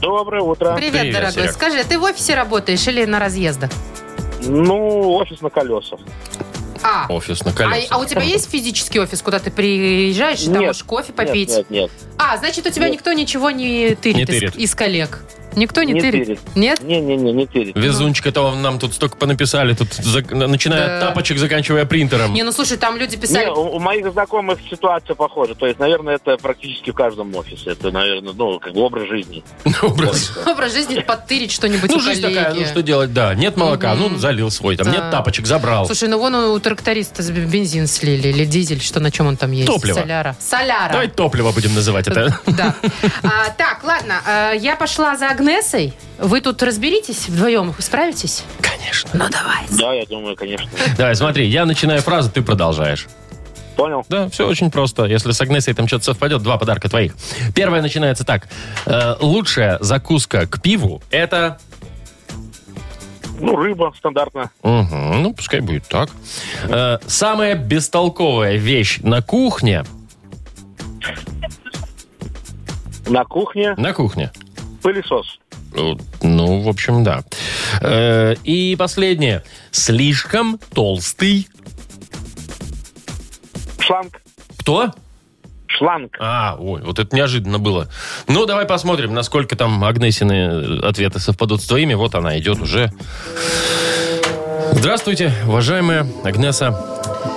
Доброе утро. Привет, Привет, дорогой. Серег. Скажи, а ты в офисе работаешь или на разъездах? Ну, офис на колесах. А, Офис на а, колесах. а у тебя есть физический офис, куда ты приезжаешь, и там Нет. можешь кофе попить? Нет, нет, А, значит, у тебя Нет. никто ничего не тырит, Ну. Не из- тырит. Из, коллег? Никто не, Не тырит? тырит. Нет? нет. Не-не-не, не перед. Везунчик, это он нам тут столько понаписали, тут за- начиная Да. от тапочек, заканчивая принтером. Не, ну слушай, там люди писали... Не, у, у моих знакомых ситуация похожа. То есть, наверное, это практически в каждом офисе. Это, наверное, ну, как бы образ жизни. Образ. Образ жизни подтырить что-нибудь Ну, у жизнь коллеги. такая, ну что делать, да. Нет молока, Мгм. ну, залил свой, там Да. нет тапочек, забрал. Слушай, ну вон у тракториста бензин слили или дизель, что на чем он там есть? Топливо. Соляра. Соляра. Давай топливо будем называть это. Да. А, так, ладно, а, я пошла за Агнесой. Вы тут разберитесь вдвоем, справитесь? Конечно. Ну давай. Да, я думаю, конечно. Давай, смотри, я начинаю фразу, ты продолжаешь. Понял? Да, все очень просто. Если с Агнесой там что-то совпадет, два подарка твоих. Первое начинается так. Э, лучшая закуска к пиву – это... Ну, рыба стандартно. Мгм, ну, пускай будет так. Э, самая бестолковая вещь на кухне... На кухне На кухне. пылесос. Э, Ну, в общем, да. Э, и последнее. Слишком толстый... Шланг. Кто? Шланг. А, ой, вот это неожиданно было. Ну, давай посмотрим, насколько там Агнесины э, ответы совпадут с твоими. Вот она идет уже. Здравствуйте, уважаемая Агнеса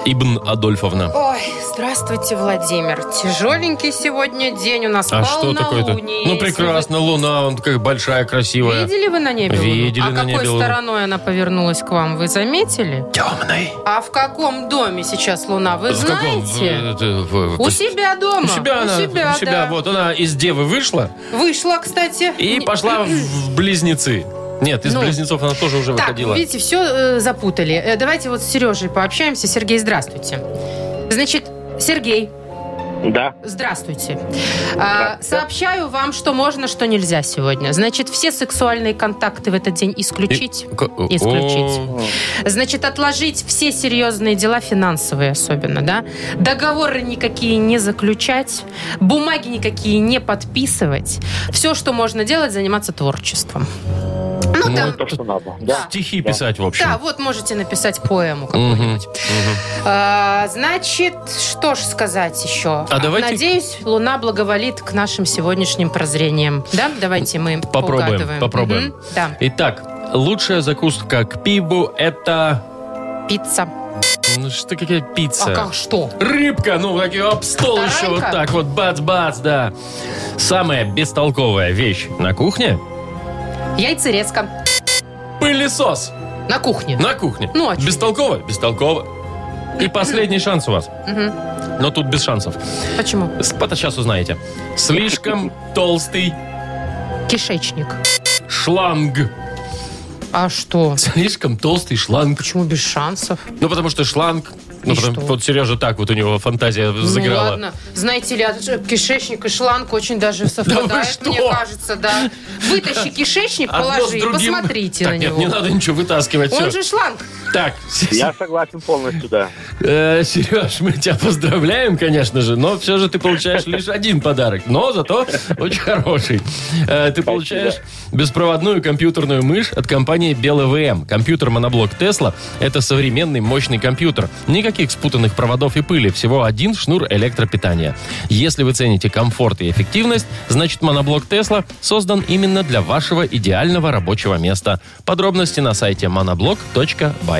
Ибн Адольфовна. Ой, здравствуйте, Владимир. Тяжеленький сегодня день у нас А что такое-то? полнолуние. Ну, Если прекрасно, луна, он такая большая, вы- красивая. Видели вы на небе? Луну? Видели а на какой небе Луну. стороной она повернулась к вам? Вы заметили? Темный. А в каком доме сейчас Луна? Вы знаете? У себя дома. э, У себя она, у себя, да. вот она из Девы вышла Вышла, кстати. и Не- пошла в- в близнецы. Нет, из Ну. близнецов она тоже уже Так, выходила. видите, все запутали. Э, давайте вот с Сережей пообщаемся. Сергей, здравствуйте. Значит, Сергей, Да. здравствуйте. А, сообщаю вам, что можно, что нельзя сегодня. Значит, все сексуальные контакты в этот день исключить. К- о, Исключить. Значит, отложить все серьезные дела, финансовые особенно, да? Договоры никакие не заключать, бумаги никакие не подписывать. Все, что можно делать, заниматься творчеством. Ну, Ну, там, То, что надо. Да. Стихи писать, в общем. да, вот можете написать поэму какую-нибудь. А, значит, что ж сказать еще? А давайте- Надеюсь, Луна благоволит к нашим сегодняшним прозрениям. Да, давайте мы Попробуем, поугадываем. попробуем. Мгм, Да, Итак, лучшая закуска к пиву это... пицца. Ну что, какая пицца? А как что? Рыбка, ну, так ее об стол еще вот Таранька? так вот, бац-бац, да. Самая бестолковая вещь на кухне Яйцерезка. – пылесос. На кухне. На кухне. Ну, а чё? Бестолково? Бестолково. И последний шанс у вас. Мгм. Но тут без шансов. Почему? Спата сейчас узнаете. Слишком толстый Кишечник. шланг. А что? Слишком толстый шланг. Почему без шансов? Ну, потому что шланг... Ну, И потому- что? вот Сережа так вот у него фантазия Ну заграла. ладно. Знаете ли, от- кишечник и шланг очень Да даже вы совпадают, что? мне кажется, да. Вытащи кишечник, Одно положи с и другим. посмотрите Так, на нет, него. не надо ничего вытаскивать. Он всё. же шланг. Так, Я согласен полностью, да. Сереж, Э, мы тебя поздравляем, конечно же, но все же ты получаешь лишь один подарок, но зато очень хороший. Э, Ты получаешь беспроводную компьютерную мышь от компании БелВМ. Компьютер-моноблок Тесла – это современный мощный компьютер. Никаких спутанных проводов и пыли, всего один шнур электропитания. Если вы цените комфорт и эффективность, значит моноблок Тесла создан именно для вашего идеального рабочего места. Подробности на сайте monoblock.by.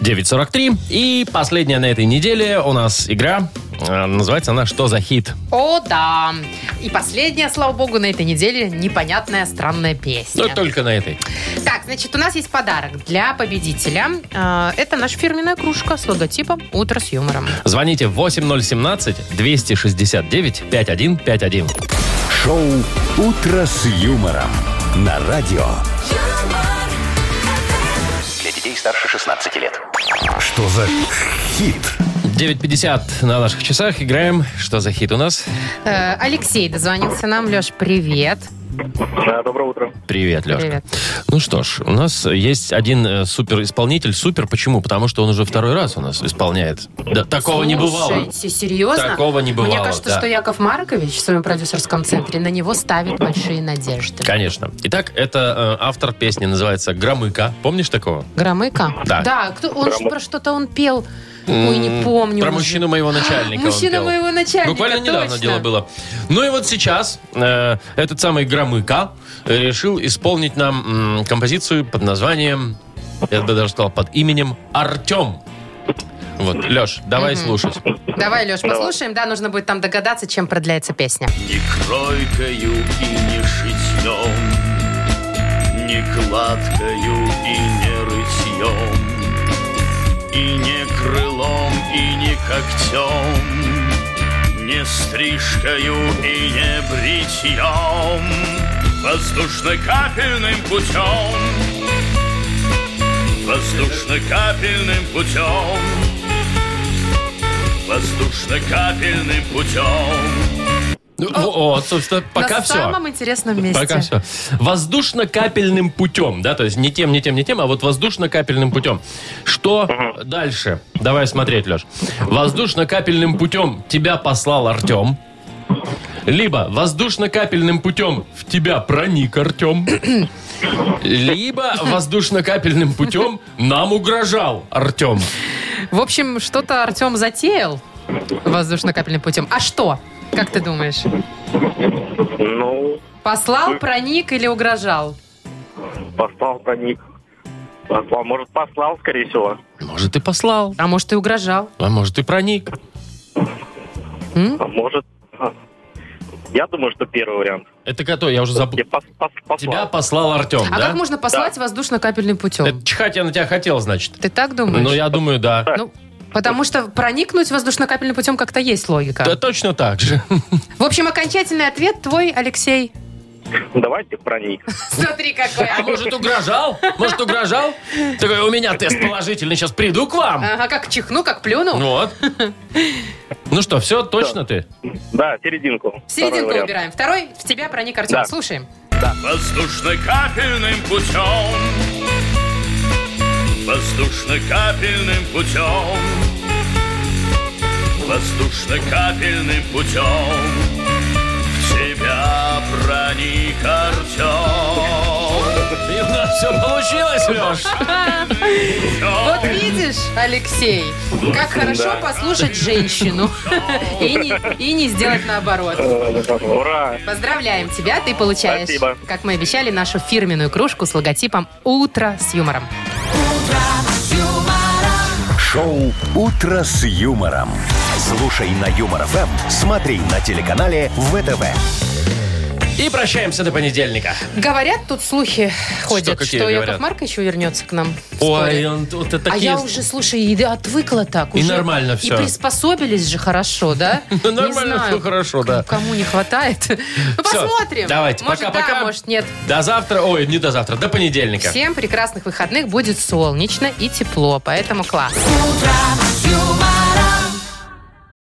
9.43. И последняя на этой неделе у нас игра. Э, Называется она «Что за хит?». О, да. И последняя, слава богу, на этой неделе непонятная странная песня. Ну, только на этой. Так, значит, у нас есть подарок для победителя. Э, Это наша фирменная кружка с логотипом «Утро с юмором». Звоните 8017-269-5151. Шоу «Утро с юмором» на радио. Для детей старше 16 лет. Что за хит? 9.50 на наших часах. Играем «Что за хит?» у нас. Э, Алексей дозвонился нам. Леш, привет. Да, доброе утро. Привет, Лешка. Привет. Ну что ж, у нас есть один э, суперисполнитель. Супер почему? Потому что он уже второй раз у нас исполняет. Да, такого не бывало. Слушайте, серьезно? Такого не бывало, Мне кажется, да. что Яков Маркович в своем продюсерском центре на него ставит большие надежды. Конечно. Итак, это э, автор песни, называется «Громыка». Помнишь такого? Громыка? Да. кто, он ж Громы- про что-то он пел. Ой, не М, помню. Про уже. мужчину моего начальника. он Мужчина пел. моего начальника, Буквально недавно точно. дело было. Ну и вот сейчас э, этот самый Громыка э, решил исполнить нам м, композицию под названием, я бы даже сказал, под именем Артем. Вот, Леш, давай слушать. Давай, Леш, послушаем. Да, нужно будет там догадаться, чем продляется песня. Ни кройкою и не шитьем, Ни кладкою и не рытьем, И не крылом, и не когтем, Не стрижкою и не бритьем, Воздушно-капельным путем, Воздушно-капельным путем, Воздушно-капельным путем. Ну, Вот, собственно, пока На все. самом интересном месте. Пока все. Воздушно-капельным путем, да, то есть не тем, не тем, не тем, а вот воздушно-капельным путем. Что дальше? Давай смотреть, Леш. Воздушно-капельным путем тебя послал Артем. Либо воздушно-капельным путем в тебя проник Артем. Либо воздушно-капельным путем нам угрожал Артем. В общем, что-то Артем затеял воздушно-капельным путем. А что? Как ты думаешь? Ну, Послал, проник или угрожал? послал проник. Послал, может, послал, скорее всего. Может, и послал, А может, и угрожал. а может, и проник. А Может, а, я думаю, что первый вариант. Это который, я уже забыл. Я пос- пос- послал. Тебя послал Артем, А да? как можно послать воздушно-капельным путем? Это чихать я на тебя хотел, значит. Ты так думаешь? Ну, я думаю, да. Ну, потому что проникнуть воздушно-капельным путем как-то есть логика. Да точно так же. В общем, окончательный ответ твой, Алексей. Давайте проник. Смотри, какой. А может, угрожал? Может, угрожал? Такой, у меня тест положительный, сейчас приду к вам. Ага, как чихну, как плюну. Ну Вот. Ну что, все, точно ты? Да, серединку. Серединку Второй вариант. убираем. Второй в тебя проник, Артем. Да. Слушаем. Воздушно-капельным путем Воздушно-капельным путем Воздушно-капельным путем В тебя проник Артем И в нас Все получилось, Леш? Вот видишь, Алексей, как хорошо послушать женщину и не, и не сделать наоборот. Ура! Поздравляем тебя, ты получаешь, Спасибо. как мы обещали, нашу фирменную кружку с логотипом «Утро с юмором». Шоу «Утро с юмором». Слушай на Юмор ФМ, смотри на телеканале ВТВ. И прощаемся до понедельника. Говорят, тут слухи ходят, что, какие говорят? Яков Маркович вернется к нам Ой, вскоре. он тут а такие... я уже, слушай, и отвыкла так. И уже. нормально всё. И приспособились же хорошо, да? Ну, нормально Не знаю, всё хорошо, да. Кому не хватает. Ну, Всё, посмотрим. Давайте, Может, пока, пока. да, может, нет. До завтра. Ой, не до завтра, до понедельника. Всем прекрасных выходных. Будет солнечно и тепло, поэтому класс. утро